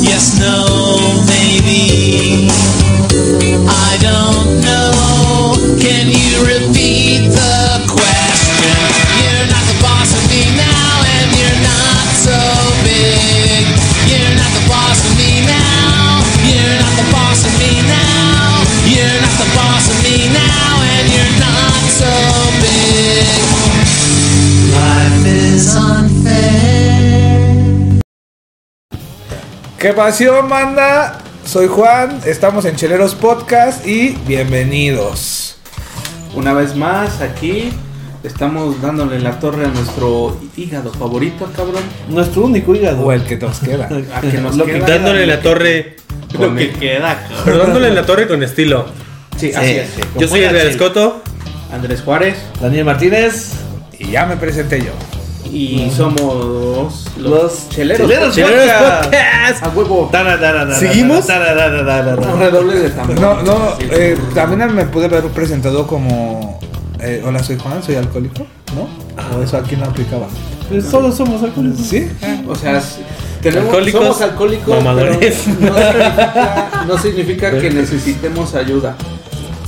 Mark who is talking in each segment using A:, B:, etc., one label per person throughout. A: Yes, no, maybe. I don't know. Can you repeat the question? You're not the boss of me now, and you're not so big. You're not the boss of me now. You're not the boss of me now. You're not the boss of me now, and you're not so big. Life is unfair.
B: ¿Qué pasión, manda? Soy Juan, estamos en Cheleros Podcast y bienvenidos.
C: Una vez más, aquí estamos dándole la torre a nuestro hígado favorito, cabrón.
D: Nuestro único hígado.
B: O el que nos queda.
C: A que nos
E: Lo-
C: queda-
E: dándole la torre.
C: Lo
E: con-
C: que queda, cabrón.
E: Pero dándole la torre con estilo.
C: Sí, así es.
E: Yo soy el
C: Andrés
E: Escoto.
C: Andrés Juárez.
D: Daniel Martínez.
B: Y ya me presenté yo.
C: Y somos los,
D: Los
C: cheleros.
D: Cheleros
E: Cheleros
D: Podcast.
E: Podcast.
C: A huevo.
D: Tara, tara, tara,
B: ¿Seguimos?
D: tara, tara, tara,
C: Un
D: tara.
C: redoble de tambor.
B: No, no,
C: Sí.
B: eh, también me pude haber presentado como. eh, Hola, soy Juan, soy alcohólico,
C: Ah.
B: ¿no? O eso aquí no aplicaba.
D: Pues solo somos alcohólicos.
B: ¿Sí?
C: O sea, s- tenemos,
E: Alcohólicos,
C: somos alcohólicos,
E: mamadores.
C: pero no significa, no significa que necesitemos ayuda.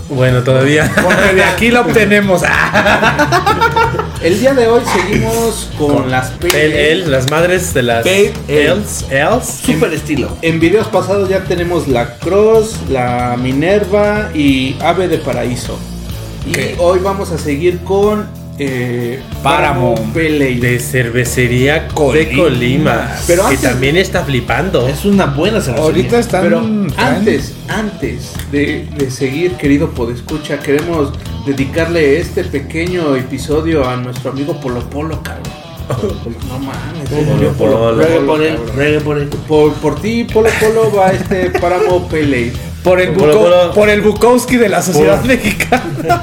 E: Bueno, todavía.
B: Porque de aquí lo obtenemos. ¡Ah!
C: El día de hoy seguimos con las
E: Pale Ale,
C: PL.
E: las madres de las
B: Pale Ale.
E: Ales. Ales.
D: Super estilo.
C: En videos pasados ya tenemos la Cross, la Minerva y Ave de Paraíso. Y
B: Ok.
C: hoy vamos a seguir con eh,
B: Páramo.
C: Pele.
E: De cervecería
B: Colima.
E: de Colima.
C: Pero
E: que
C: antes-
E: también está flipando.
D: Es una buena cervecería.
B: Ahorita están.
C: Pero
B: están-
C: antes, antes de, de seguir, querido Podescucha, queremos dedicarle este pequeño episodio a nuestro amigo Polo Polo, cabrón. No mames, se murió
E: Polo Polo.
D: Reggae por él,
C: cabrón.
D: reggae por él.
C: Por, por ti, Polo Polo, va este páramo Pele.
B: Por el,
E: Por-
B: Buko-
E: por-
B: por el Bukowski de la sociedad
E: por-
B: mexicana.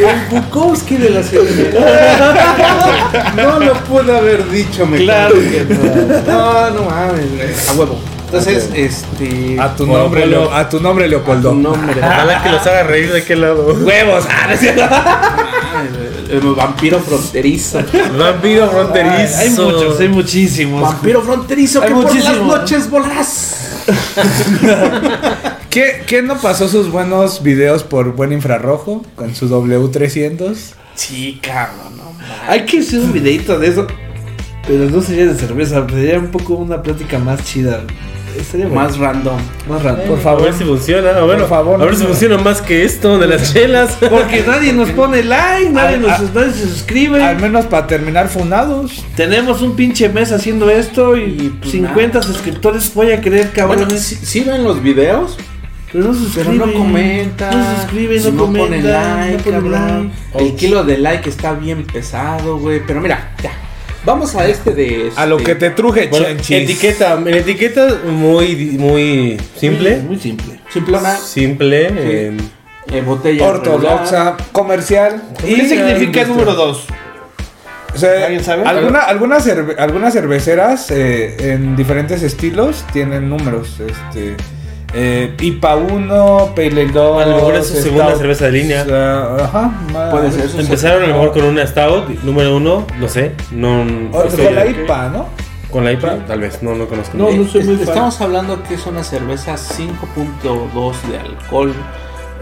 C: El Bukowski de la cervecería. No lo pude haber dicho mejor.
D: Claro que no.
C: No, no mames, güey. A huevo. Entonces, este.
B: A tu
E: Polo
B: nombre,
E: Polo.
B: Leo- a tu nombre, Leopoldo.
C: tu nombre.
E: Ojalá que los haga reír de qué lado.
B: Huevos. Ah, no es cierto.
C: El, el vampiro fronterizo.
E: Vampiro fronterizo.
D: Hay muchos, hay muchísimos.
C: Vampiro fronterizo que
D: Hay
C: por
D: muchísimo.
C: las noches volás.
B: ¿Qué, ¿Qué no pasó sus buenos videos por buen infrarrojo con su W300?
C: Sí, cabrón, no mames.
D: Hay que hacer un videito de eso. Pero no sería de cerveza, sería un poco una plática más chida. Estaría
C: Más random.
D: bueno, más raro.
B: Por
E: A
B: favor.
E: ver si funciona. A ver,
B: Por favor,
E: a ver si
B: no.
E: funciona más que esto de las chelas.
D: Porque nadie nos pone like, nadie,
B: Al-
D: nos,
B: al-
D: nadie se suscribe.
B: Al menos para terminar funados.
D: Tenemos un pinche mes haciendo esto
C: Y,
D: y
C: pues,
D: 50 suscriptores, voy a creer, cabrones.
C: Bueno, sí, sí ven los videos,
D: pero no
C: pero
D: suscriben.
C: no comentan.
D: No suscriben, no, comentan.
C: ponen like,
D: no ponen
C: cabrón.
D: like.
C: El kilo de like está bien pesado, güey. Pero mira, ya. Vamos a este de.
B: A lo
C: este-
B: que te truje,
E: Bueno,
B: chanchis.
E: etiqueta, en etiqueta muy, muy simple.
D: Muy simple.
C: Simplona.
E: Simple. en-
C: eh, botella. regular.
B: Ortodoxa, comercial.
D: ¿Qué significa
B: el
D: número 2?
B: O sea,
D: ¿Alguien sabe?
B: alguna- algunas, cerve- algunas cerveceras eh, en diferentes estilos tienen números. Este, eh, IPA 1, Pale Ale 2.
E: A lo mejor es su
B: Stout,
E: segunda cerveza de línea.
B: o sea, ajá, más-
C: Puede ser eso.
E: Empezaron a lo mejor con una Stout, número uno, no sé. No,
B: O-
E: estoy-
B: con la IPA, ¿no?
E: Con la IPA, tal vez, no, no conozco.
D: No, no soy muy fan.
C: Eh, Estamos hablando que es una cerveza 5.2 de alcohol,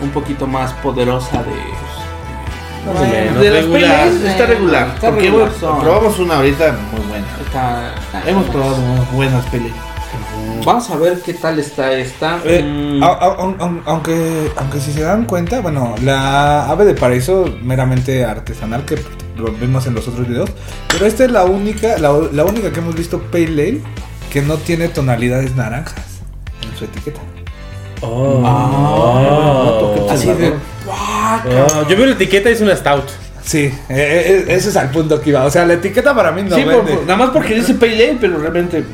C: un poquito más poderosa de.
E: Más o menos,
D: de las
E: regular.
D: pelis está regular.
C: Está
D: porque
C: regular.
D: hemos- probamos una ahorita muy buena.
C: Está,
D: Hemos probado unas buenas pelis.
C: Vamos a ver qué tal está esta.
B: Eh,
C: Mm,
B: au- au- au- au- aunque, aunque si se dan cuenta, bueno, la ave de paraíso meramente artesanal que lo vimos en los otros videos, pero esta es la única, la, la única que hemos visto pale ale que no tiene tonalidades naranjas en su etiqueta.
E: Oh.
D: Ah,
C: así de. ¡Guau, cabrón!
E: Ah, yo veo la etiqueta y es una Stout.
B: Sí, eh, eh, ese es al punto que iba. O sea, la etiqueta para mí no
D: sí, por-
B: vende.
D: por- nada más porque dice Pale Ale, pero realmente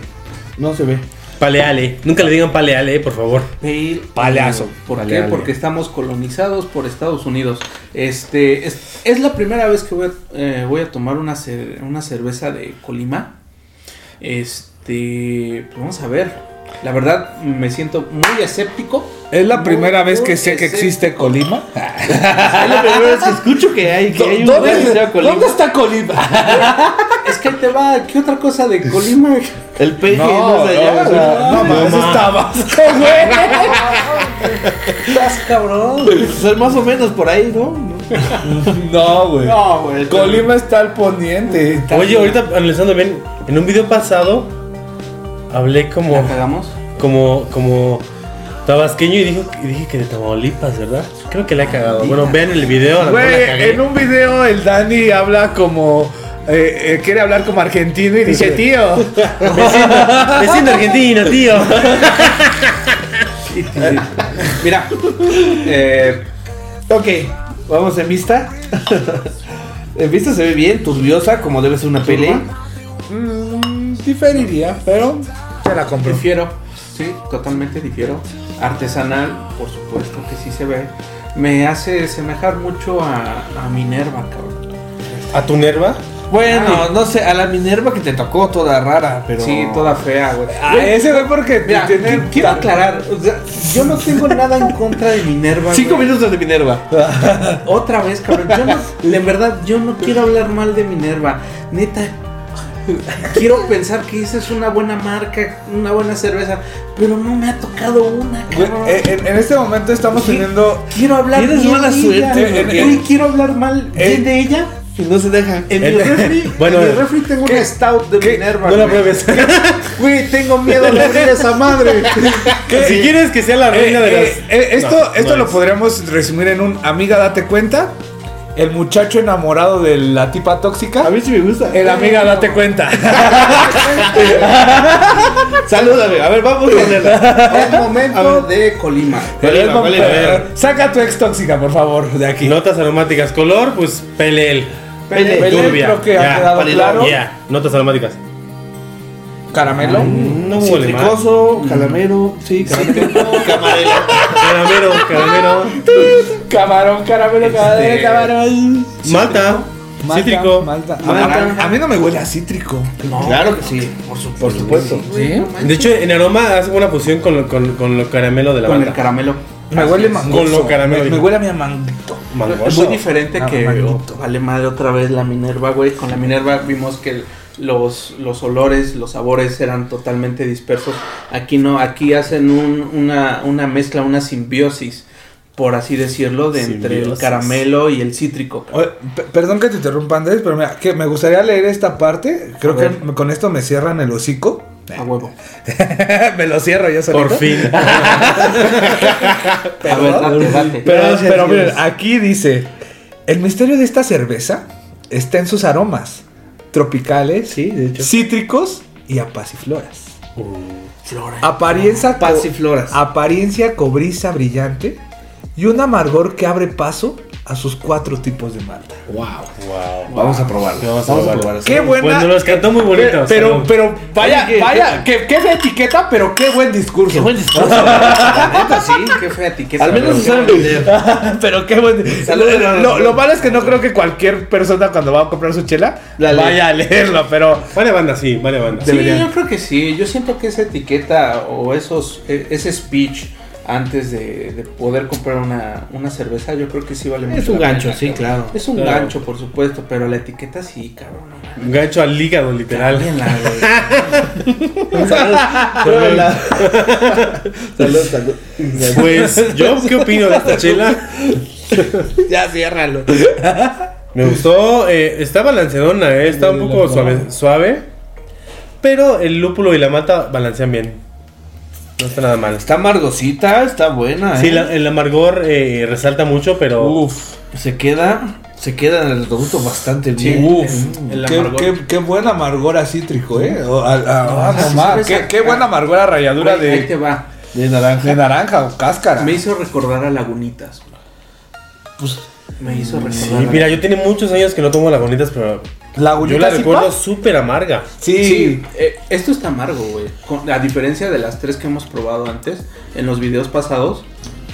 D: no se ve.
E: Paleale. Nunca le digan paleale, eh, por favor.
C: Pale
B: Paleazo.
C: Ale. ¿Por
E: Paleale.
C: qué? Porque estamos colonizados por Estados Unidos. Este es, es la primera vez que voy a, eh, voy a tomar una, cer- una cerveza de Colima. Este, pues vamos a ver. La verdad me siento muy escéptico.
B: Es la
C: Muy,
B: primera vez
C: muy
B: que sé que
C: escéptico.
B: existe Colima.
D: Ah, Es la primera vez que escucho que hay, que hay un
B: ¿Dónde,
D: güey que se llama Colima.
B: dónde está Colima?
C: Es que ahí te va, ¿qué otra cosa de Colima?
D: El peje no es de allá, o sea,
B: no,
E: no,
B: mames,
E: ma.
B: es Tabasco, güey.
D: Estás cabrón. O sea, más o menos por ahí, ¿no?
B: No, güey.
C: No, güey.
B: Colima está al poniente.
E: Oye, ahorita analizando bien, en un video pasado hablé como,
C: ¿La cagamos?
E: como, como tabasqueño y, dijo, y dije que de Tamaulipas, ¿verdad? Creo que la he cagado. Bueno, vean el video, a lo mejor la
B: Güey,
E: cagué.
B: en un video el Dani habla como. eh, eh, quiere hablar como argentino y dice, tío.
E: Vecino, vecino argentino, tío.
C: Mira, eh,
D: Ok, vamos en vista. en vista se ve bien, turbiosa, como debe ser una pelea.
B: Mm, diferiría, pero se la compro.
C: Difiero, sí, totalmente difiero. Artesanal, por supuesto que sí se ve. Me hace semejar mucho a, a Minerva, cabrón.
E: ¿A tu nerva?
D: Bueno,
C: Ay.
D: no sé, a la Minerva que te tocó toda rara, pero.
C: Sí, toda fea, güey.
B: Ah,
C: Güey,
B: ese güey porque
C: mira,
B: tiene-
C: qu- quiero aclarar, o sea, yo no tengo nada en contra de Minerva.
D: Cinco
C: güey.
D: minutos de Minerva.
C: Otra vez, cabrón. Yo no- en verdad, yo no quiero hablar mal de Minerva. Neta, quiero pensar que esa es una buena marca, una buena cerveza, pero no me ha tocado una,
B: Güey,
C: cabrón.
B: eh, en, en este momento estamos
C: Sí.
B: teniendo.
C: Quiero hablar
D: Tienes
C: bien
D: mala
C: de
D: suerte,
C: ella.
B: güey.
C: Güey, quiero hablar mal bien
B: Eh,
C: de ella.
D: Y no se deja.
C: En mi
E: el-
C: refri,
E: bueno,
C: en mi refri tengo una stout de Minerva.
E: No la
C: güey.
E: pruebes.
C: Güey, tengo miedo de abrir esa madre.
E: Si quieres que sea la
B: Eh,
E: reina de
B: eh,
E: las.
B: eh, esto
E: No,
B: esto
E: no
B: lo
E: es.
B: podríamos resumir en un amiga, date cuenta. El muchacho enamorado de la tipa tóxica.
D: A mí sí me gusta.
B: El amiga, date cuenta.
D: Salúdame. A ver, vamos con él.
C: Es momento de Colima.
E: Vale,
B: Pero es como-
E: vale, a ver.
B: Saca a tu ex tóxica, por favor, de aquí.
E: Notas aromáticas, color, pues pelel.
B: Pele,
E: Pelel,
B: Pele,
E: turbia.
B: creo que ha
E: ya,
B: quedado
E: palilón,
B: claro.
E: ya. Notas aromáticas.
B: Caramelo.
C: Ah,
E: No huele mal.
D: Citricoso, calamero. Sí, calamero.
E: Caramelo, caramelo.
B: Camarón, caramelo, caramelo,
C: Este,
B: camarón.
E: Malta.
B: Malta,
E: Cítrico.
B: malta. A-
C: Naranja.
B: A, a mí no me huele a cítrico.
D: Claro que sí.
C: Por supuesto.
D: Por supuesto.
E: De hecho, en aroma hace una fusión con lo, con, con lo caramelo de la
C: con el
E: malta.
C: caramelo.
B: Me
C: Así
B: huele
C: es.
B: mangoso.
E: Con lo caramelo.
B: Me, me huele a mi amanguito.
C: Es
E: Mangoso.
C: muy diferente
B: Ah,
C: que
B: maldito.
C: vale madre otra vez la Minerva, güey. Con la Minerva vimos que los, los olores, los sabores eran totalmente dispersos. Aquí no, aquí hacen un- una, una mezcla, una simbiosis, por así decirlo, de entre el
E: Simbiosis.
C: caramelo y el cítrico.
B: Oye, pe- perdón que te interrumpa, Andrés, pero mira, que me gustaría leer esta parte. Creo
C: A
B: que
C: ver.
B: me- con esto me cierran el hocico.
C: A huevo.
B: me lo cierro yo solito.
E: Por fin.
C: A ver, date, date.
B: Pero,
D: Gracias,
B: pero
D: Dios.
B: miren, aquí dice: El misterio de esta cerveza está en sus aromas tropicales,
D: Sí, de hecho.
B: cítricos y apacifloras.
C: Flora.
B: Apariencia, co-
D: Pasifloras.
B: apariencia cobriza brillante y un amargor que abre paso a sus cuatro tipos de malta.
D: Wow.
E: Wow.
D: Vamos a probarlo.
E: Vamos a probarlo.
B: Qué buena.
E: Pues nos los cantó muy bonito.
B: Pero, pero, pero vaya,
D: Oye, ¿qué-
B: vaya, que, que es la etiqueta, pero eh, qué buen discurso.
D: Qué buen discurso.
C: La neta, sí, qué fea etiqueta.
D: Al menos se
C: pero-
D: saben vender.
B: pero qué buen.
D: Saludos.
B: Lo, lo- lo malo es que no creo que cualquier persona cuando va a comprar su chela
D: La lea.
B: vaya a leerlo, pero
E: Vale banda, sí, vale banda.
C: Sí, yo creo que sí. Yo siento que esa etiqueta o esos, e- ese speech antes de, de poder comprar una, una cerveza, yo creo que sí vale
D: Es
C: mucho
D: un
C: la
D: gancho,
C: pena,
D: sí,
C: cabrón.
D: claro.
C: Es un
E: Claro.
C: gancho, por supuesto, pero la etiqueta sí, cabrón. no mames.
E: Un gancho al hígado, literal.
C: Cámbienla, güey.
D: Pruébala. Salud, salud.
E: Pues, ¿yo qué opino de esta chela?
D: Ya ciérralo.
E: Me gustó. eh, está balanceadona, eh, está un poco suave, suave. Pero el lúpulo y la mata balancean bien. No está nada mal.
D: Está amargosita, está buena.
E: Sí,
D: ¿eh?
E: la- el amargor eh, resalta mucho, pero.
D: Uf, se queda, se queda en el retrogusto bastante
C: Sí,
D: bien. Mm.
B: Uf,
C: el
B: qué,
C: amargor.
B: qué, qué buen amargor a cítrico, ¿eh? O a- a- ah, no
C: sí,
B: ma,
C: sabes,
B: qué,
C: a-
B: qué buena amargor a ralladura
C: Güey, Ahí te
B: de,
C: va.
D: De naranja.
B: de naranja o cáscara.
C: Me hizo recordar a Lagunitas. güey.
D: Pues,
C: Me hizo
E: Sí,
C: recordar. a-
E: mira, yo tiene muchos años que no tomo las bonitas, pero.
B: La
E: Yo la recuerdo súper amarga.
B: Sí,
C: Sí, eh, esto está amargo, güey. Con- A diferencia de las tres que hemos probado antes, en los videos pasados,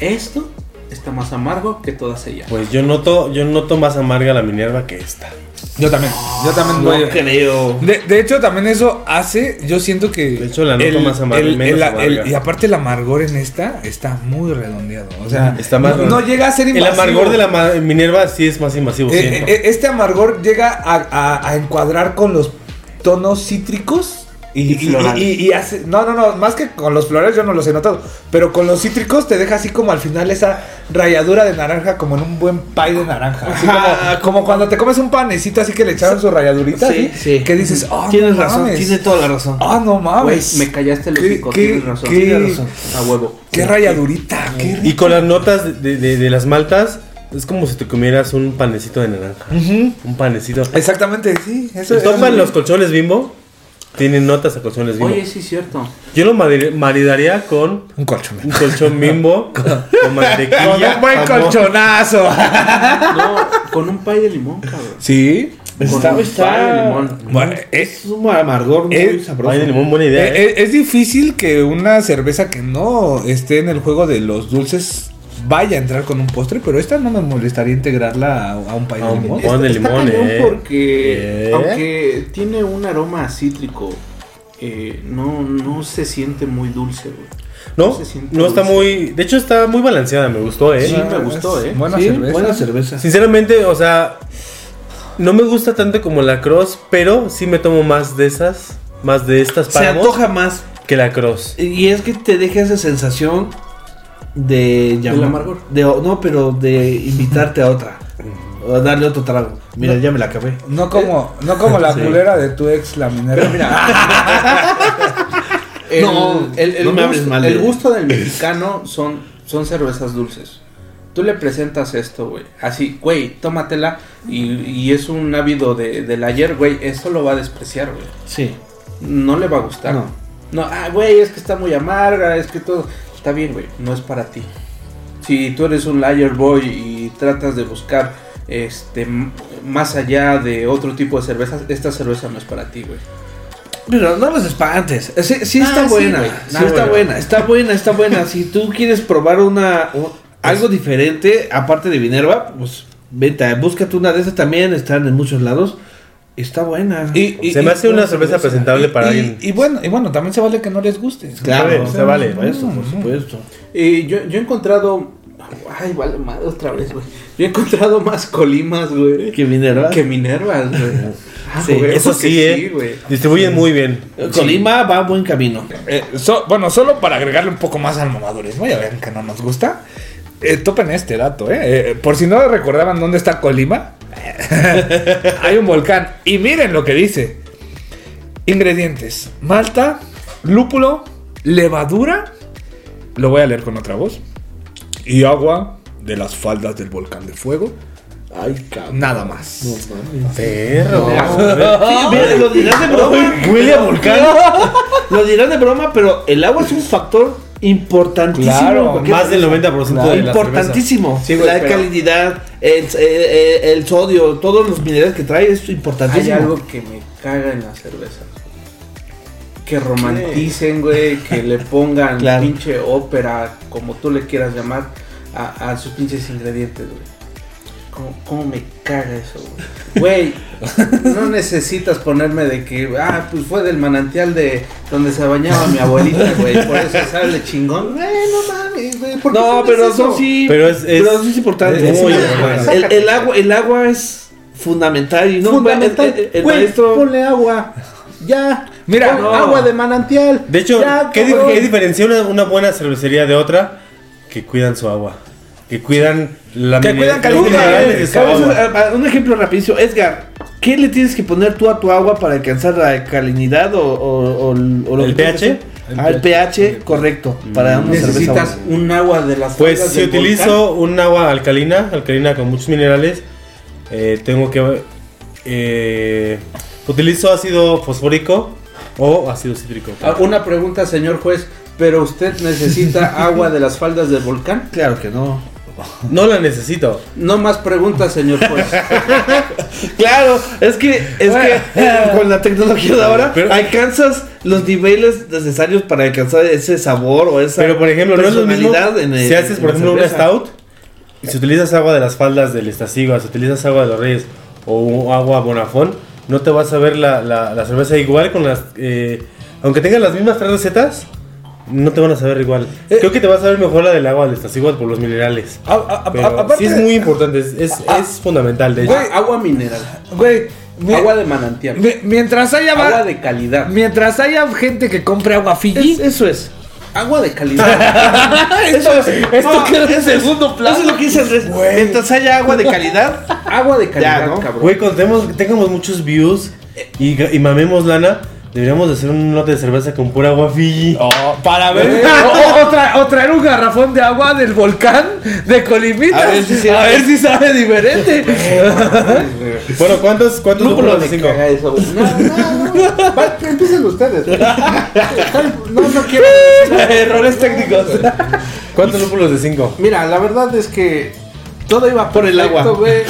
C: esto está más amargo que todas ellas.
E: Pues yo noto, yo noto más amarga la Minerva que esta.
B: yo también. Yo también
D: Pues, no
B: voy-
D: creo.
B: De, de hecho, también eso hace. Yo siento que.
E: De hecho, la noto más amarga,
B: el-
E: menos
B: el-
E: amarga.
B: el- y aparte, el amargor en esta está muy redondeado. O sea,
E: Está más
B: no, no llega a ser
E: El
B: invasivo.
E: amargor de la ma- Minerva sí es más invasivo,
B: Eh,
E: siento.
B: eh, este amargor llega a, a- a encuadrar con los tonos cítricos. Y,
C: Y
B: y-
C: florales.
B: y- y hace. No, no, no. Más que con los flores yo no los he notado. Pero con los cítricos te deja así como al final esa rayadura de naranja, como en un buen pie de naranja. Así
C: Ajá.
B: como, como cuando te comes un panecito así que le echaron su rayadurita.
C: Ah, Sí,
B: así,
D: sí.
B: Que dices, ah,
D: tienes
B: no
D: razón,
B: mames.
D: tiene toda la razón.
B: Ah, no
C: Güey,
B: mames.
C: me callaste el
B: ¿Qué-
C: hocico,
B: qué-
C: tienes razón.
B: qué-
C: Tienes razón. A huevo.
B: Qué rayadurita. Qué
E: Y con las notas de, de- de- de las maltas, es como si te comieras un panecito de naranja.
B: Ujú.
E: Un panecito.
B: Exactamente, sí. Eso es.
E: Topan los colchones bimbo. Tienen notas a colchones bimbo.
C: Oye, sí, cierto.
E: Yo lo mari- maridaría con
B: Un colchón.
E: un colchón bimbo con
B: Con
E: mantequilla.
B: un buen
E: jamón.
B: colchonazo.
C: No, con un pay de limón, cabrón.
B: Sí.
D: Está-
C: con un
D: está-
C: pay de limón.
B: Bueno, es,
D: Es un amargor muy
B: Eh,
D: sabroso.
E: Ay, de limón, buena idea. ¿eh?
B: es- es difícil que una cerveza que no esté en el juego de los dulces vaya a entrar con un postre, pero esta no me molestaría integrarla a, a un país
E: A
B: de
E: un
B: limón.
E: postre. Pon de
C: Está
E: limón,
C: cañón
E: eh.
C: Porque
E: Eh.
C: aunque tiene un aroma a cítrico, eh, no, no se siente muy dulce, güey.
E: No,
C: se siente
E: no está
C: dulce.
E: muy. De hecho, está muy balanceada, me gustó, ¿eh?
C: Sí, me gustó, ¿eh?
B: Buena
D: Sí,
B: cerveza.
D: buena cerveza.
E: Sinceramente, o sea, no me gusta tanto como la cross, pero sí me tomo más de esas, más de estas
D: Se
E: páramos
D: antoja más.
E: que la cross.
D: Y es que te deja esa sensación de llamar-
C: amargor.
D: de- no, pero de invitarte a otra. O darle otro trago. Mira, ya me la acabé.
B: No como, no como la
D: Sí.
B: culera de tu ex, la minera. Ah,
C: El,
D: No,
C: el, el
D: no me
C: gusto,
D: hables mal de
C: El
D: él.
C: gusto del mexicano son, son cervezas dulces. Tú le presentas esto, güey. Así, güey, tómatela. Y, y es un ávido de, del ayer, güey. Eso lo va a despreciar, güey.
D: Sí.
C: No le va a gustar.
D: No.
C: No, ah, güey, es que está muy amarga, es que todo. Está bien, güey, no es para ti. Si tú eres un liar boy y tratas de buscar este m- más allá de otro tipo de cervezas, esta cerveza no es para ti, güey.
D: Pero no los espantes. Eh, Sí, sí
C: Ah,
D: está
C: sí,
D: buena.
C: güey.
D: Sí
C: Ah,
D: está
C: bueno.
D: buena. Está buena, está buena. Si tú quieres probar una un- algo diferente aparte de Minerva, pues vete, búscate una de esas también, están en muchos lados. Está buena.
E: Se me hace una cerveza presentable
B: y-
E: para
B: y-
E: alguien.
B: Y bueno, y bueno, también se vale que no les guste.
E: vale, se vale.
D: Por supuesto,
B: Mm.
D: por supuesto.
C: Y yo, yo he encontrado. Ay, vale, madre, otra vez, güey. Yo he encontrado más colimas, güey.
D: Que Minerva.
C: Que Minervas, güey. Ah,
D: Sí,
C: güey,
E: Eso
C: porque
E: sí, ¿eh?
C: güey.
E: Distribuyen muy bien.
D: Colima va a buen camino.
B: Eh, so- bueno, solo para agregarle un poco más al mamadurismo, ya ven que no nos gusta. Eh, topen este dato, ¿eh? Eh, Por si no recordaban dónde está Colima, hay un volcán. Y miren lo que dice: ingredientes: malta, lúpulo, levadura. Lo voy a leer con otra voz. Y agua de las faldas del volcán de fuego.
D: Ay, cabrón.
B: Nada más.
E: Perro.
D: Ah, lo dirás de broma.
E: Huele a volcán.
D: Lo dirás de broma, pero el agua es un factor importantísimo.
B: Claro,
D: en cualquier
E: Más del 90% de la cerveza.
D: importantísimo.
C: Sí, güey,
D: la
C: pero-
D: calidad, el, el- el- el sodio, todos los minerales que trae es
C: Hay
D: importantísimo.
C: algo que me caga en las cervezas. Que romanticen, güey, que le pongan
D: Claro.
C: pinche ópera, como tú le quieras llamar, a, a sus pinches ingredientes, güey. ¿Cómo, cómo me caga eso, güey? Güey, no necesitas ponerme de que, ah, pues fue del manantial de donde se bañaba mi abuelita, güey, por eso sale chingón. Güey, no mames, güey, ¿por qué
D: No,
C: pones
D: pero
C: eso?
D: eso sí,
E: Pero es- es-
D: pero sí es importante.
E: es muy
D: El-
E: importante.
D: El, el agua, el agua es fundamental y no
C: Fundamental.
D: el- el- el
C: Güey,
D: maestro- Ah,
C: ponle agua. Ya.
B: Mira,
C: Pon
B: no.
C: agua de manantial.
E: De hecho,
C: Ya,
E: ¿qué, di-
C: cabrón.
E: qué diferencia una, una buena cervecería de otra? Que cuidan su agua. Que cuidan la
B: Que
E: mine-
B: cuidan
E: los
B: calidad.
E: minerales de su
D: Cabezas,
E: agua.
D: a- a- un ejemplo rapidísimo, Edgar, ¿qué le tienes que poner tú a tu agua para alcanzar la calinidad o, o- o- o lo
E: ¿El
D: que
E: pH?
D: tengas? Ah, el pH, correcto, para una cerveza
C: Necesitas
D: buena.
C: un agua de las
E: Pues
C: faldas
E: si
C: del volcán.
E: utilizo un agua alcalina, alcalina con muchos minerales, eh, tengo que... eh, utilizo ácido fosfórico o ácido cítrico.
C: Ah, Una pregunta, señor juez. Pero usted necesita agua de las faldas del volcán.
D: Claro que no.
E: No la necesito.
C: No más preguntas, señor juez.
D: Claro, es que es que eh, con la tecnología de ahora
E: Pero-
D: alcanzas los niveles necesarios para alcanzar ese sabor o esa
E: Pero por ejemplo, no es lo mismo
D: personalidad en el-
E: si haces
D: en
E: por
D: la
E: ejemplo una
D: cerveza.
E: stout y si utilizas agua de las faldas del Estaciguas, si utilizas agua de los Reyes o agua Bonafón, no te vas a ver la, la- la cerveza igual con las... eh, aunque tengan las mismas tres recetas, no te van a saber igual.
B: Eh,
E: Creo que te vas a ver mejor la del agua del Estaciguas por los minerales.
B: A- a- a-
E: Pero
B: aparte- Ah,
E: sí es muy importante, es, es- es fundamental de hecho.
C: Agua Ah, mineral.
B: Güey, Mi-
C: agua de manantial.
B: Mi- Mientras haya, va-
C: agua de calidad.
B: mientras haya gente que compre agua Fiji,
D: Es- eso es.
C: Agua de calidad.
D: Eso es.
B: esto queda en
D: segundo plano. Eso es lo que dice Andrés. Mientras haya agua de calidad.
C: agua de calidad,
D: ¿no?
C: cabrón.
E: Güey, cuando tengamos, tengamos muchos views y, ga- y mamemos lana, deberíamos de hacer un lote de cerveza con pura agua Fiji.
B: Oh, para ver, o, o tra- o traer un garrafón de agua del volcán de Colimitas,
D: A ver si se-
B: a ver si sabe diferente.
E: Bueno, ¿cuántos? ¿Cuántos?
D: No,
E: números
D: pero
E: de
D: me
E: cinco?
C: Caga eso, güey. No, no, no. Va, empiecen ustedes. güey. No, no quiero.
D: Errores técnicos.
E: ¿Cuántos lúpulos de 5?
C: Mira, la verdad es que todo iba
D: Por el
C: perfecto,
D: agua.
C: güey.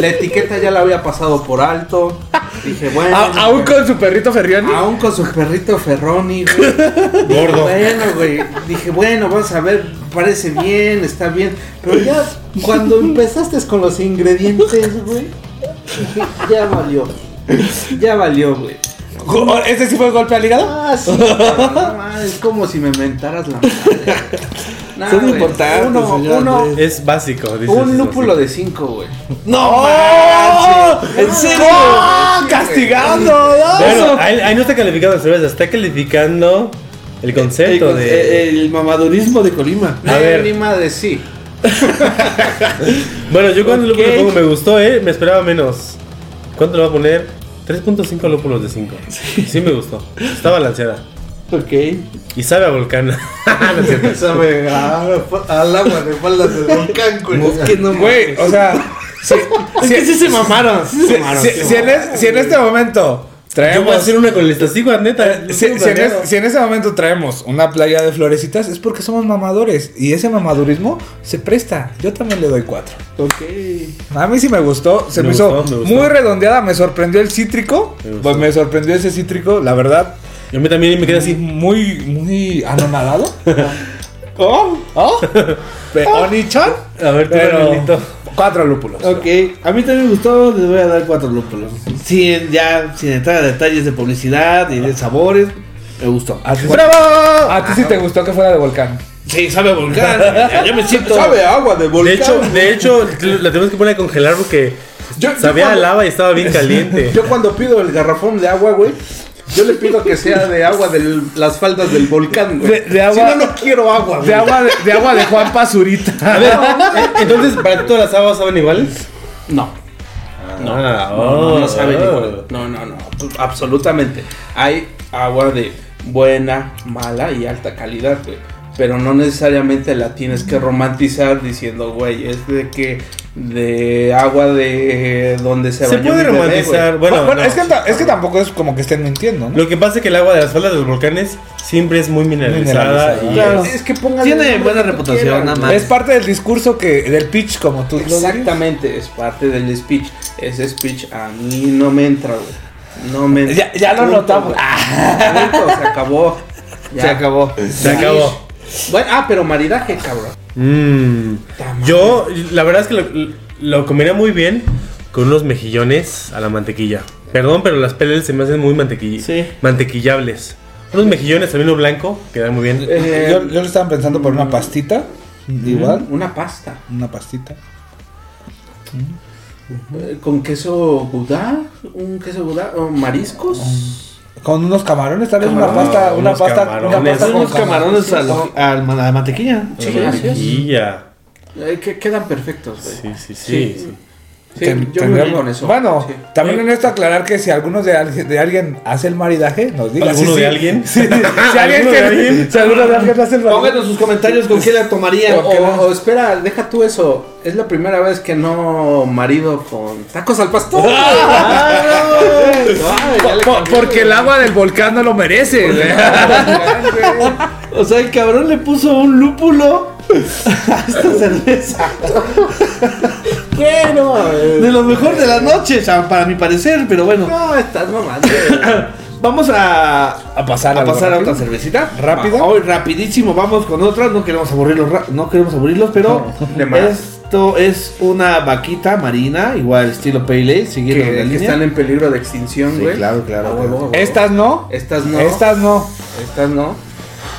C: La etiqueta ya la había pasado por alto. Dije, bueno.
B: A- aún con su perrito Ferriani.
C: Aún con su perrito Ferroni, güey.
E: Gordo.
C: Bueno, güey. Dije, bueno, vamos a ver. Parece bien, está bien. Pero ya cuando empezaste con los ingredientes, güey. dije, Ya valió. Ya valió, güey.
B: ¿Ese sí fue golpe al hígado?
C: Ah, sí, cabrón, no mames, es como si me mentaras la madre. Nah,
D: Son
C: güey,
D: importantes,
C: Uno,
D: señor
C: uno,
D: Andrés.
E: Es básico, dices.
C: un lúpulo de cinco, güey.
D: ¡No!
C: manches.
D: ¡En serio!
C: No,
D: ¡Castigando!
E: Bueno,
D: Bueno,
E: ahí, ahí no está calificando la cerveza, está calificando el concepto
D: el,
E: de.
D: el mamadurismo de Colima.
E: A
C: Eh,
E: ver.
C: Ni madre, sí.
E: bueno, yo cuando el
D: ok.
E: lúpulo pongo me gustó, eh. Me esperaba menos. ¿Cuánto le voy a poner? 3.5 lúpulos de 5. Sí. me gustó. Está balanceada.
D: Ok.
E: Y sabe a volcán. No es cierto.
F: Sabe a- al agua de faldas del volcán, güey.
D: no
B: Güey, o sea, si,
D: Es que sí se mamaron. Sí se mamaron.
B: si- si en, es- si en este momento
E: Yo voy a
B: traemos.
E: hacer una con el estasigo, neta.
B: Si, si en es- si en ese momento traemos una playa de florecitas es porque somos mamadores y ese mamadurismo se presta. Yo también le doy cuatro.
D: Ok.
B: A mí sí me gustó, se me,
E: Me
B: hizo
E: gustó, me gustó.
B: muy redondeada, me sorprendió el cítrico,
E: Me gustó.
B: pues me sorprendió ese cítrico, la verdad,
E: Yo me también me quedé
B: así
E: así.
B: muy, muy anonadado. ¿Oh? ¿Oh? Pe-
E: ¿Oh?
B: ¿Oni-chan?
E: A ver, tú,
B: Pero
E: Danielito.
B: cuatro lúpulos.
D: Ok, a mí también me gustó, les voy a dar cuatro lúpulos. Sin, ya, sin entrar a detalles de publicidad y de sabores, me gustó.
B: A ti- A
E: Ah,
B: ti sí te gustó que fuera de volcán.
D: Sí, sabe a volcán, ya, ya me siento.
F: Sabe a agua de
E: De
F: volcán.
E: hecho, de hecho, la tenemos que poner a congelar porque
F: Yo- yo
E: sabía a
F: cuando-
E: lava y estaba bien caliente.
F: Yo cuando pido el garrafón de agua, güey, yo le pido que sea de agua de las faldas del volcán, güey.
B: De- de agua-
F: Si no, no quiero agua, güey.
B: De agua de, de agua de Juan Pazurita.
E: A ver, entonces, ¿para ti todas las aguas saben iguales?
C: No. No,
E: Ah,
C: no, no, no
E: oh.
C: saben igual. No, no, no, absolutamente. Hay agua de buena, mala y alta calidad, güey. Pero no necesariamente la tienes que romantizar diciendo, güey, es de que de agua de donde se
E: Se
C: bañó
E: puede
C: mi bebé,
E: romantizar.
C: güey.
E: Bueno,
B: Bueno,
E: no.
B: es, que, ta- es que tampoco es como que estén mintiendo, ¿no?
E: lo que pasa es que el agua de las faldas de los volcanes siempre es muy mineralizada.
B: Mineralizada.
E: y
D: Claro.
E: es-
C: Es que póngale
D: Tiene
C: el nombre
D: buena
C: que
D: reputación,
C: quieran,
D: nada
C: güey.
D: más.
B: Es parte del discurso que del pitch, como tú lo dices.
C: Exactamente, es parte del speech. Ese speech a mí no me entra, güey. No me entra.
B: Ya, ya lo
C: Punto,
B: notamos.
C: güey. Punto, se acabó.
D: Se
C: Ya.
D: acabó.
B: Este,
E: se acabó.
C: Bueno, ah, pero maridaje, cabrón.
E: Mm,
C: Tamaño.
E: Yo, la verdad es que lo, lo combina muy bien con unos mejillones a la mantequilla. Perdón, pero las peles se me hacen muy mantequi-
D: Sí.
E: mantequillables. Unos mejillones al vino blanco quedan muy bien.
C: Eh,
B: yo, yo lo estaba pensando por una pastita. Igual,
C: Una pasta.
B: una pastita.
C: Eh, Con queso gouda, un queso gouda, o mariscos.
B: Con unos camarones, tal vez una
E: Camarón,
B: pasta, una
E: unos
B: pasta, una
E: camarones.
B: pasta con
D: Unos camarones a la,
C: No.
D: al- a la mantequilla.
C: Sí,
E: La
C: así es.
E: mantequilla.
C: Eh, que quedan perfectos, güey.
E: Sí, sí, sí.
C: Sí.
E: sí.
C: Sí,
B: Ten-
C: yo me
B: tendríamos-
C: voy con eso.
B: Bueno,
C: Sí.
B: también en esto aclarar que si alguno de, al- de alguien hace el maridaje, nos diga.
E: ¿Alguno
B: Sí, sí.
E: de alguien?
B: Sí, sí. Si alguien,
E: ¿Alguno de
B: que-
E: alguien?
B: si alguno de alguien hace el maridaje.
D: Pónganos sus comentarios con qué la tomarían.
C: O, o- o espera, deja tú eso. Es la primera vez que no marido con tacos al pastor. Ay, ya le
B: Po-
C: cambié,
B: porque el agua del volcán no lo merece.
D: O sea, el cabrón le puso un lúpulo a esta cerveza.
C: Bueno, eh,
D: De lo mejor de la noche, o sea, para mi parecer, pero bueno.
C: no, estás mamando.
D: Vamos a,
B: A pasar,
D: a
B: algo
D: pasar a
B: rápido.
D: otra cervecita.
B: ¿Rápido?
D: Va, Hoy rapidísimo, vamos con otra. No queremos aburrirlos, ra- no queremos aburrirlos, pero
C: de más.
D: esto es una vaquita marina, igual estilo Pale Ale,
C: Que,
D: siguiendo la
C: que
D: línea.
C: están en peligro de extinción, güey.
F: claro, claro,
C: A huevo,
F: claro.
C: a huevo.
B: Estas no.
C: Estas no.
B: Estas no.
C: Estas no.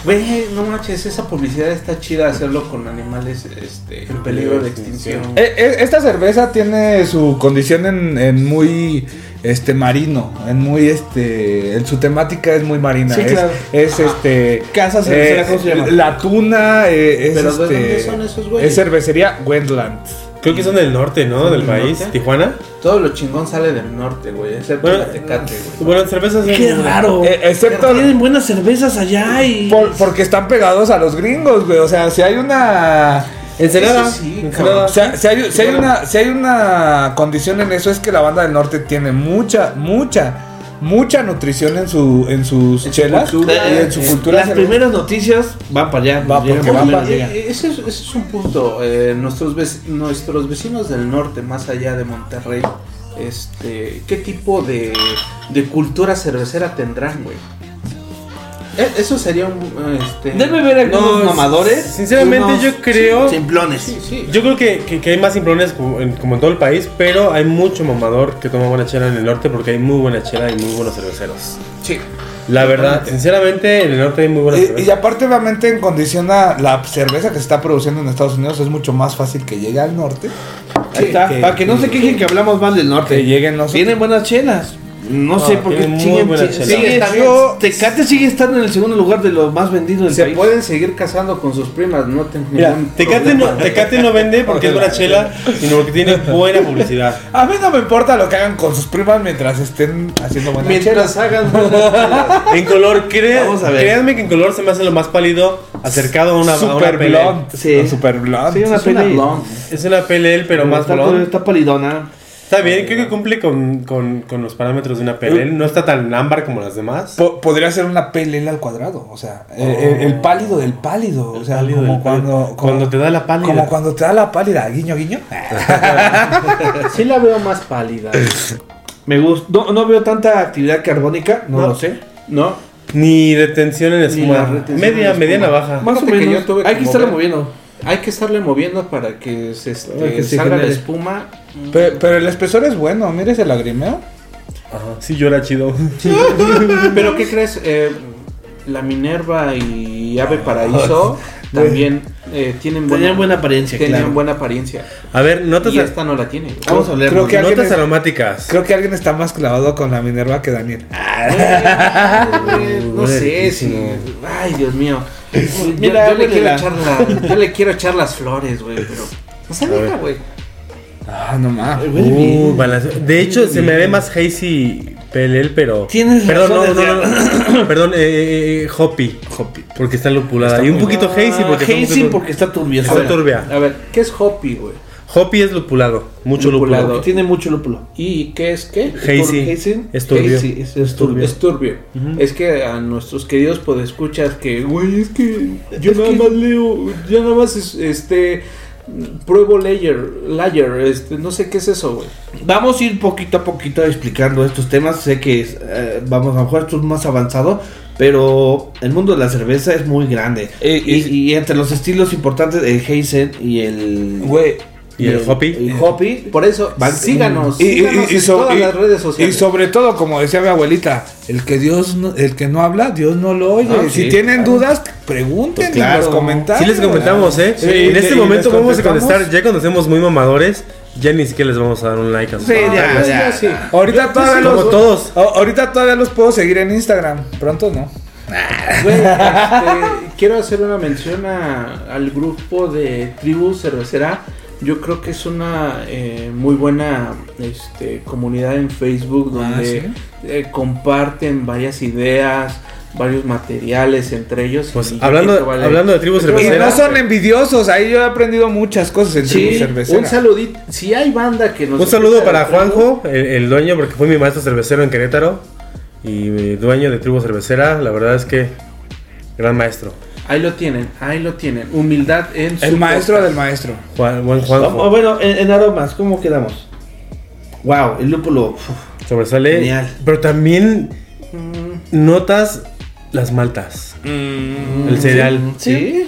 C: Güey, no manches, esa publicidad está chida hacerlo con animales este, en
B: E,
C: peligro de extinción.
B: Eh, eh, Esta cerveza tiene su condición en, en muy este marino, es muy este, en su temática es muy marina,
D: Sí,
B: es,
D: claro.
B: es, este
D: Casas
B: eh,
D: cerveceras, ¿cómo se llama?
B: La tuna eh, es
C: ¿Pero de
B: este,
C: dónde son esos güeyes?
B: es cervecería Wendland.
E: Creo que son del norte, ¿no? Del país.
C: norte?
E: Tijuana.
C: Todo lo chingón sale del norte, güey. Excepto
E: Bueno,
C: la Tecate, güey.
E: Bueno, en cervezas.
D: Qué raro.
B: Eh, excepto-
D: tienen buenas cervezas allá y.
B: Por- porque están pegados a los gringos, güey. O sea, si hay una.
E: Ensenada.
C: Eso sí,
E: Ensenada.
B: O sea, si hay, si hay una, si hay una condición en eso es que la banda del norte tiene mucha, mucha, mucha nutrición en su, en sus chelas
C: cultura,
B: y en su
C: eh,
B: cultura.
D: Las
B: se-
D: primeras noticias van para allá.
B: Va,
D: llegan
B: porque
D: primero,
B: van para-
D: llegan.
C: Eh, Ese es, ese es un punto. eh, nuestros, vec- nuestros vecinos del norte, más allá de Monterrey, este, ¿qué tipo de, de cultura cervecera tendrán, güey? Eh, Eso sería un... eh, Este...
D: Debe haber algunos
E: No,
D: mamadores.
E: sinceramente,
D: unos
E: yo creo-
D: Simplones.
C: Sí, sí.
E: Yo creo que, que- que hay más simplones como en, como en todo el país, pero hay mucho mamador que toma buena chela en el norte porque hay muy buena chela y muy buenos cerveceros.
C: Sí.
E: La verdad, sinceramente, en el norte hay muy buenas
B: Y, y
E: cervezas.
B: aparte, obviamente, en condición a la cerveza que se está produciendo en Estados Unidos, es mucho más fácil que llegue al norte.
D: Ahí está.
B: que-
D: para que no se quejen que hablamos mal del norte.
B: Que lleguen los-
D: Tienen buenas chelas. No, sé por qué
E: tienen muy
D: chinguen-
E: buenas
D: chi-
E: chelas.
D: sigue-
C: Sí, está bien.
D: yo- Tecate sigue estando en el segundo lugar de los más vendidos del
C: Se
D: país.
C: pueden seguir casando con sus primas, no tengo
E: Mira,
C: ningún
E: Tecate
C: problema.
E: no, Tecate no vende porque es buena chela, sino porque tiene buena publicidad.
B: A mí no me importa lo que hagan con sus primas mientras estén haciendo buena chela.
C: Mientras hagan...
E: En color, cre-
D: Vamos a ver.
E: créanme que en color se me hace lo más pálido acercado a una, a una
B: Super
E: pale ale.
B: blonde.
D: Sí.
B: Super blonde.
D: Sí, una
C: Es una
D: peli.
C: blonde.
E: Es una pale ale, pero más
D: está,
E: blonde.
D: está palidona.
E: Está bien, creo que cumple con, con- con los parámetros de una pale ale. No está tan ámbar como las demás.
B: Po- podría ser una PLL al cuadrado, o sea, el, el-
D: Oh.
B: el pálido del pálido, o sea,
E: pálido
B: como
E: del pálido.
B: cuando, como-
E: Cuando te da la pálida.
B: Como cuando te da la pálida, guiño, guiño.
C: Sí la veo más pálida.
D: Me gusta. No, no veo tanta actividad carbónica. No,
E: No.
D: lo sé.
C: ¿No?
E: Ni detención en
C: la
E: espuma.
C: retención en
E: media,
C: espuma.
E: mediana baja.
D: Más o
C: Fíjate que
D: menos.
C: yo tuve
D: Hay
C: que
D: que estarlo
C: mover.
D: moviendo.
C: Hay que estarle moviendo para que se, este,
D: Para que se
C: salga la
D: genere.
C: espuma.
B: pero, pero el espesor es bueno, mire ese lagrimeo.
E: Ajá, Sí, llora chido.
C: Pero ¿qué crees? Eh, la Minerva y Ave Paraíso también eh, tienen buena,
D: Tenían buena apariencia,
C: tenían
D: claro.
C: buena apariencia.
E: A ver, notas,
C: Y esta no la tiene.
D: Vamos a
B: Creo
D: olerlo.
B: que alguien
E: notas
B: es-
E: aromáticas.
B: Creo que alguien está más clavado con la Minerva que Daniel.
C: Eh, no sé si.
E: Verguísimo.
C: Ay, Dios mío. Yo-
D: Mira,
C: yo, le quiero
D: huélela.
C: echar la- yo le quiero echar las flores, güey, pero. No se deja, güey.
B: Ah, no mames.
D: Huele
E: Uh,
D: bien.
E: balance- De hecho, se me ve más hazy pelel, pero.
D: Tienes
E: Perdón,
D: razón,
E: no, no, no, no. Perdón, eh, eh, hoppy. Porque está lupulada. y un poquito hazy
B: Ah,
E: porque. está un
D: Hazy
E: poquito-
D: porque está turbio.
E: Está turbia.
C: A ver, ¿qué es Hopi, güey?
E: Hoppy es lupulado. Mucho lupulado.
C: Lupulado.
D: Tiene mucho lúpulo.
C: ¿Y qué es qué?
E: Hazy.
D: Hazy.
E: Es turbio.
D: Hazy, es- es turbio.
C: Es turbio. Es que a nuestros queridos podescuchas que, güey, es que yo nada más leo, ya nada más es- este pruebo layer, layer, este, no sé qué es eso, güey.
D: Vamos a ir poquito a poquito explicando estos temas. Sé que eh, vamos a lo mejor esto es más avanzado, pero el mundo de la cerveza es muy grande. y, y entre los estilos importantes, el Hazen y el.
B: Güey.
E: Y el Hopi.
D: el Hopi.
C: Por eso,
D: Van-
C: síganos,
B: Eh, Y, y-
C: síganos
B: y- y
C: en
B: so-
C: todas
B: y-
C: las redes
B: y
C: sociales.
B: sobre todo, como decía mi abuelita, el que Dios no- el que no habla, Dios no lo oye.
D: Ah,
B: si
D: sí,
B: tienen dudas, pregunten
D: Pues claro.
B: en los comentarios.
E: Sí les comentamos, ¿eh?
B: Sí,
E: en
B: y-
E: este
B: y
E: momento
B: les
E: vamos a
B: contestamos.
E: contestar. Ya cuando hacemos muy mamadores, ya ni siquiera les vamos a dar un like a sus
D: Sí,
E: comentarios.
D: ya,
C: Ah,
D: ya.
C: sí, sí.
B: Ahorita todavía
E: Como
B: los
E: todos.
B: a- Ahorita todavía los puedo seguir en Instagram. Pronto no.
C: Güey, este, quiero hacer una mención a- al grupo de Tribu Cervecera. Yo creo que es una eh, muy buena este, comunidad en Facebook donde
B: Ah, ¿sí?
C: eh, comparten varias ideas, varios materiales entre ellos.
E: Pues
C: y yo
E: hablando,
C: creo que vale-
E: hablando de tribu
C: Yo creo que
B: Y
E: cervecera.
B: no son envidiosos, ahí yo he aprendido muchas cosas en
C: Sí,
B: tribu cervecera.
C: un saludito. Si hay banda que nos.
E: Un saludo
C: escucha de
E: para
C: Tribu,
E: Juanjo, el, el dueño, porque fue mi maestro cervecero en Querétaro y eh, dueño de Tribu Cervecera. La verdad es que gran maestro.
C: Ahí lo tienen, ahí lo tienen. Humildad en
B: El
C: su
B: maestro
C: podcast.
B: del maestro.
E: Juan, buen
B: Oh,
D: Vamos, ah,
E: Juanjo.
D: bueno, en, en aromas, ¿cómo quedamos? Wow, el lúpulo. uf,
B: oh.
E: Sobresale.
D: Genial.
E: Pero también
B: Mm.
E: notas las maltas. el cereal.
D: Mm, ¿Sí?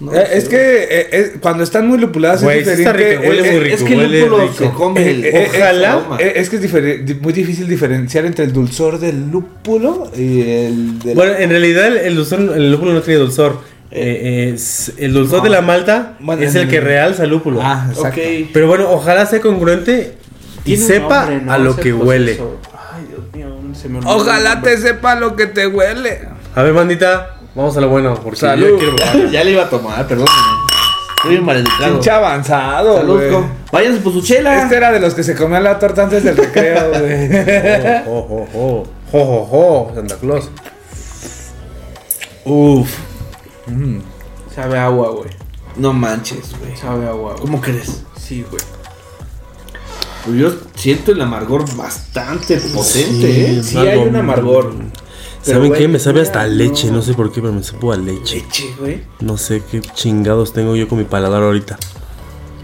D: No
B: Eh,
D: sé.
B: es que eh, eh, cuando están muy lupuladas
E: Güey,
B: es
E: sí está
B: diferente.
E: rico, huele
B: eh,
E: muy
B: eh,
D: Es
E: rico,
D: que el
E: huele
D: lúpulo
E: rico.
D: se come.
B: eh,
D: el-
B: eh, eh,
D: el aroma.
B: eh, es que es difere- di- muy difícil diferenciar entre el dulzor del lúpulo y el del...
E: Bueno, en realidad el, el dulzor, el lúpulo no tiene dulzor. Eh, es- el dulzor de la malta
B: Bueno,
E: es el
B: en-
E: que realza el lúpulo.
B: Ah, exacto.
D: Ok.
E: Pero bueno, ojalá sea congruente y
C: Tiene un
E: sepa
C: nombre, ¿no?
E: a lo
C: Ese
E: que
C: proceso.
E: huele.
C: Ay, Dios mío, se me olvidó el
D: Ojalá
C: nombre.
D: te sepa lo que te huele.
E: A ver, bandita, vamos a lo bueno. Porque yo
D: Salud.
E: quiero-
D: ya le iba a tomar, perdóname. Estoy bien maleducado.
B: Pinche avanzado,
D: Salud,
B: güey.
D: com. Váyanse por su chela.
B: Este era de los que se comían la torta antes del recreo, güey.
E: Jo, jo, jo. oh, Jo, jo, jo, Santa Claus.
D: Uf,
C: Sabe a agua, güey.
D: no manches, güey.
C: Sabe a agua, güey.
D: ¿Cómo crees?
C: Sí, güey.
D: Pues yo siento el amargor bastante potente, ¿eh?
E: Sí.
C: Sí hay
E: algo-
C: un amargor. Pero,
E: ¿Saben
C: güey,
E: qué? Me sabe hasta a
C: no.
E: leche. No sé por qué, pero me supo a leche.
C: Leche, güey.
E: No sé qué chingados tengo yo con mi paladar ahorita.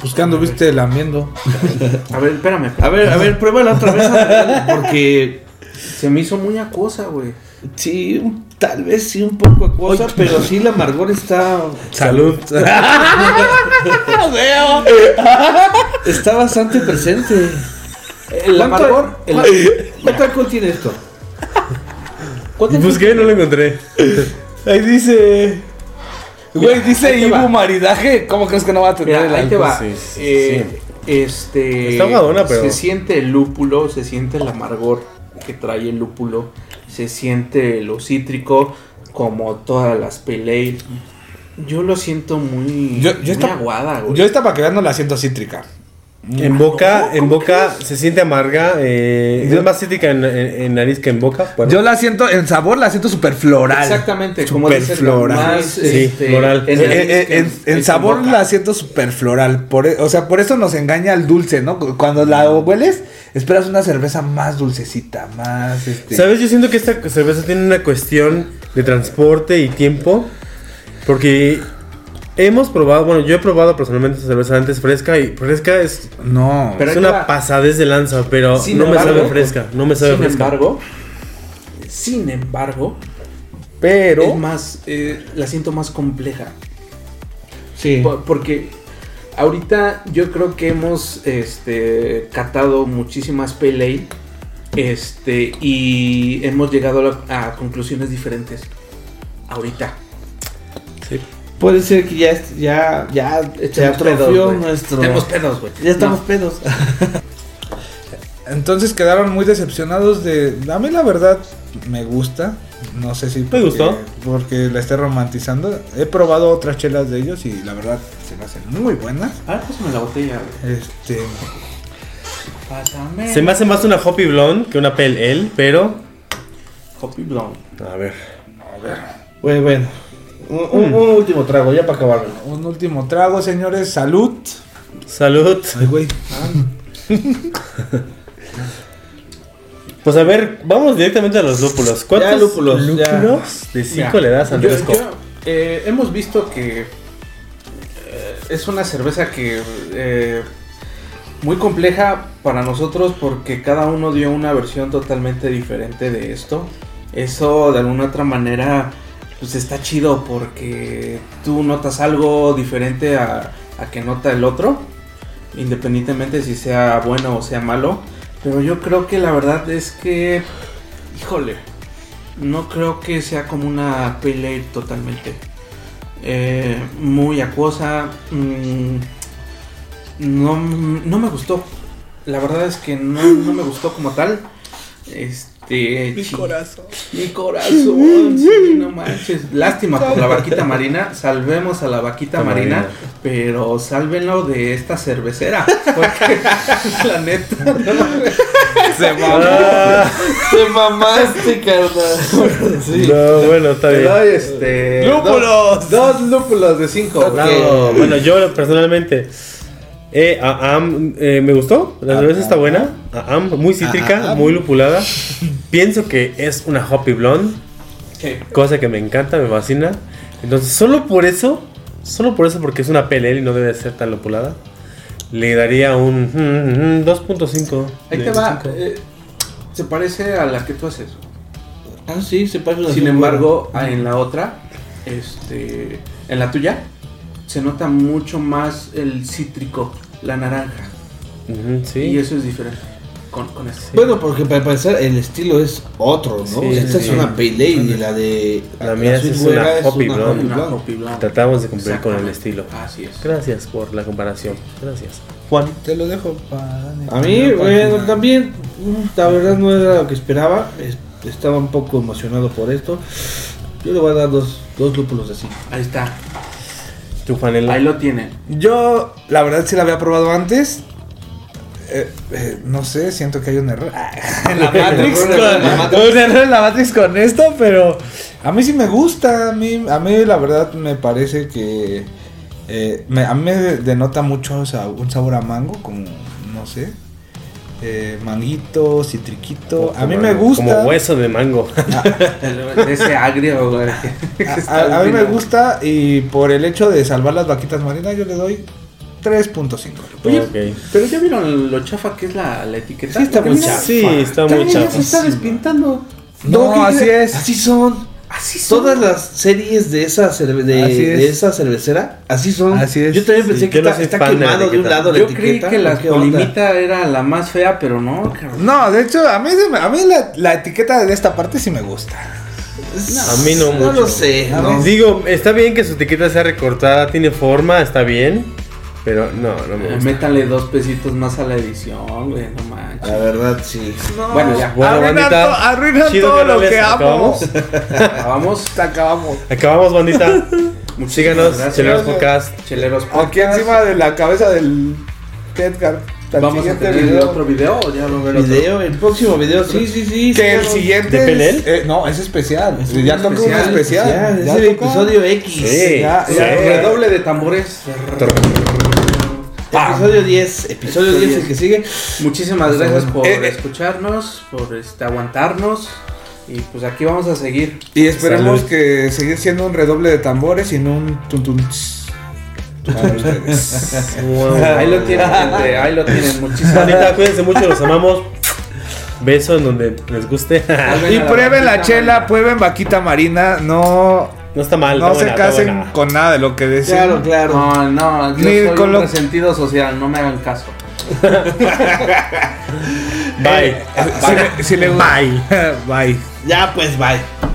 B: Pues que anduviste lamiendo.
C: A ver, espérame.
D: A ver, a ver, pruébala otra vez. Adrián, Porque
C: Se me hizo muy acuosa, güey.
D: sí, un- tal vez sí un poco acuosa, pero sí el amargor está,
E: Salud.
D: está bastante presente.
C: El
D: ¿Cuánto-
C: amargor. el-
D: cua- Eh, ¿Cuánto alcohol tiene esto? ¿Cuánto alcohol-
E: Busqué, Pues, no lo encontré. Ahí dice.
B: Güey, dice
C: ahí te va.
B: Ibu maridaje. ¿Cómo crees que no va a tener
C: Mira,
B: el
C: ahí te
B: alcohol?
C: va.
E: sí, sí,
C: Eh, Este.
E: Está ahogadona, pero-
C: Se siente el lúpulo, se siente el amargor que trae el lúpulo, se siente lo cítrico, como todas las pale ale. Yo lo siento muy.
B: Yo- yo
C: muy
B: esta-
C: aguada, güey.
B: Yo esta para que vean no la siento cítrica.
E: En boca, en boca se siente amarga. eh, es más cítrica en, en- en nariz que en boca. Bueno,
B: Yo la siento, en sabor la siento súper floral.
C: Exactamente, como
B: Súper
C: dices,
B: floral.
C: más,
E: Sí,
C: este,
E: floral.
B: En,
C: nariz
B: en-
C: que
B: Eh, en- en
C: que
B: sabor
C: boca.
B: la siento súper floral. Por, e- o sea, por eso nos engaña el dulce, ¿no? Cuando la hueles, esperas una cerveza más dulcecita, más este.
E: ¿Sabes? Yo siento que esta cerveza tiene una cuestión de transporte y tiempo. Porque hemos probado, bueno, yo he probado personalmente esta cerveza antes fresca y fresca es,
B: No.
C: Pero
E: es
C: ahí te
E: una
C: va.
E: pasadez de lanza, pero
C: Sin
E: no me
C: embargo,
E: sabe fresca. No me sabe
C: Sin
E: fresca.
C: embargo, sin embargo, es
E: pero
C: más, eh, la siento más compleja.
B: sí.
C: Po- Porque ahorita yo creo que hemos este, catado muchísimas pale ale, este, y hemos llegado a, la- a conclusiones diferentes. Ahorita.
D: Puede ser que ya, est- ya, ya se
C: Estamos pedos,
D: atrofió
C: güey.
D: nuestro.
C: Tenemos pedos, güey.
D: Ya estamos
C: No.
D: pedos.
B: Entonces quedaron muy decepcionados de. A mí la verdad me gusta. No sé si. ¿Te
E: gustó?
B: Porque la esté romantizando. He probado otras chelas de ellos y la verdad se me hacen muy buenas.
C: A ver, pásame la botella, güey.
B: Este.
C: Pásame.
E: se me hace más una Hoppy Blonde que una Pale Ale, pero...
C: Copy Blonde.
E: A ver.
D: Bueno, bueno. Un, un- un último trago, ya para acabarlo.
B: Un último trago, señores. Salud.
E: Salud.
B: Ay, güey.
E: Pues a ver, vamos directamente a los lúpulos. ¿Cuántos
D: Ya, lúpulos, ya.
E: lúpulos de 5
C: Mira,
E: le das a Andrés
C: yo-
E: Cobb?
C: yo, eh, hemos visto que eh, es una cerveza que eh, muy compleja para nosotros porque cada uno dio una versión totalmente diferente de esto. Eso de alguna otra manera pues está chido porque tú notas algo diferente a, a que nota el otro, independientemente si sea bueno o sea malo. Pero yo creo que la verdad es que, híjole, no creo que sea como una pale ale totalmente. Eh, muy acuosa. mm, no, no me gustó. La verdad es que no, no me gustó como tal. Este. Mi corazón. Mi corazón. sí, no manches. Lástima por la vaquita marina. Salvemos a la vaquita
E: La
C: marina,
E: marina.
C: Pero sálvenlo de esta cervecera. Porque la neta. no,
B: Se
E: Ah,
D: Te mamaste, carnal. sí.
E: No, bueno, está bien.
C: doy, este.
B: ¡Lúpulos!
C: Dos, dos lúpulos de cinco.
E: Bravo. Bueno, yo personalmente. eh, a- am, eh, me gustó, la cerveza está buena, a- am, muy cítrica, muy lupulada. Pienso que es una Hoppy Blonde,
C: Sí.
E: cosa que me encanta, me fascina. Entonces, solo por eso, solo por eso, porque es una PLL y no debe ser tan lupulada, le daría un mm, mm, 2.5.
C: Ahí
E: de
C: te va.
E: cinco.
C: eh, se parece a la que tú haces.
D: Ah, sí, se pasa una
C: Sin
D: sopa.
C: embargo, ah, en la otra, este, en la tuya, se nota mucho más el cítrico, la naranja.
E: Ujú, Mm, sí.
C: Y eso es diferente. con, con este. ese.
D: Bueno, porque para empezar el estilo es otro, ¿no?
E: Sí,
D: Esta
E: sí.
D: es una pale ale y la de
E: La mía es
D: Sweet
E: una
D: Guerra
E: Hopi Blonde.
D: Hopi
C: Una
D: Blonde.
C: Hopi Blonde.
E: Tratamos de cumplir con el
C: Exactamente.
E: estilo.
C: Así es.
E: Gracias por la comparación. Gracias.
B: Juan. Te lo dejo para Dani.
D: A mí,
B: Para
D: bueno,
B: final.
D: también, mm, la verdad no era lo que esperaba. Es- Estaba un poco emocionado por esto. Yo le voy a dar dos, dos lúpulos de cinco.
C: Ahí está.
E: Tu fanela.
C: Ahí lo tienen.
B: Yo, la verdad, sí la había probado antes. Eh, eh, no sé, siento que hay un error en la Matrix.
D: Un error en la
B: con, un error en la Matrix con esto, pero a mí sí me gusta. A mí, a mí la verdad, me parece que. eh, me- a mí me denota mucho sa- un sabor a mango, como no sé. eh, manguito, citriquito. a mí me
E: Como-
B: gusta.
E: Como hueso de mango.
C: De ese agrio, güey.
B: A, a- a mí me gusta y por el hecho de salvar las vaquitas marinas yo le doy 3.5.
C: Oye,
E: Ok.
C: pero ya vieron lo chafa que es la, la etiqueta.
B: Sí, está muy
C: Mira,
B: chafa.
E: Sí, está muy
C: También ya se
E: chafa.
C: está despintando.
B: No,
D: ¿qué
B: así
D: crees?
B: es.
D: Así son.
C: Así son.
D: Todas las series de esa, cerve- de,
B: Así es.
D: de esa cervecera, así son.
B: Así es.
D: Yo también pensé
E: Sí,
D: que
E: yo no
D: está,
E: soy
D: está
E: fan de
D: quemado
E: la
D: de, un
E: etiqueta.
D: lado la
C: Yo creí
D: etiqueta.
C: que la
D: ¿Qué onda?
C: colimita era la más fea, pero no, cabrón.
B: No, de hecho, a mí, se me- a mí la, la etiqueta de esta parte sí me gusta.
E: A mí no mucho.
D: No lo sé.
B: A
D: no.
E: Digo, está bien que su etiqueta sea recortada, tiene forma, está bien. Pero no, no me
C: Eh,
E: gusta.
C: Métale dos pesitos más a la edición, güey, no
D: La
B: Ah,
C: manches.
D: verdad, sí.
C: Bueno, ya,
E: Bueno,
B: arruinan
E: bandita,
B: to- arruinan
E: chido
B: todo
E: que no
B: lo
E: les
B: que amo.
E: acabamos.
C: acabamos.
B: Acabamos.
E: Acabamos, bandita.
C: Muchísimas
E: Síganos,
C: gracias.
E: Cheleros Podcast.
C: Cheleros Podcast.
B: Aquí encima de la cabeza del Edgar. al
C: Vamos a
B: siguiente
C: tener
B: video.
C: otro video o ya lo veré otro?
D: Video, el próximo video, sí, sí, sí. sí,
B: Que el
D: no.
B: siguiente.
E: ¿De PLL?
B: es- eh, no, es especial.
C: un
B: ya toca un
C: especial,
B: especial.
D: Ya, es
B: Ya
D: el
B: toca.
D: episodio X.
E: Sí,
B: Ya,
E: sí.
B: ya,
C: Redoble de tambores.
D: Episodio 10. Episodio
C: Episodio
D: 10, el que sigue.
C: Muchísimas gracias por
B: Eh, eh.
C: escucharnos, por este, aguantarnos. Y pues aquí vamos a seguir.
B: Y esperemos
E: Salud.
B: que siga siendo un redoble de tambores y no un tum tum tss. Para ustedes.
C: Ahí lo tienen, gente, ahí lo tienen. Muchísimas
E: Bandita, cuídense mucho, los amamos. Beso en donde les guste.
C: Salve.
B: Y
C: Venga, la
B: prueben la
C: vaquita
B: chela,
C: marina.
B: prueben vaquita marina. No,
E: No está mal,
B: no
E: está
B: se
E: buena, está
B: casen
E: buena.
B: con nada de lo que decimos.
D: Claro, claro.
C: No, no, yo
B: Ni
C: soy
B: con
C: un
B: lo-
C: resentido social, no me hagan caso.
E: Bye.
B: Eh, Si le, si le-
E: Bye.
B: Bye.
D: Ya, pues, bye.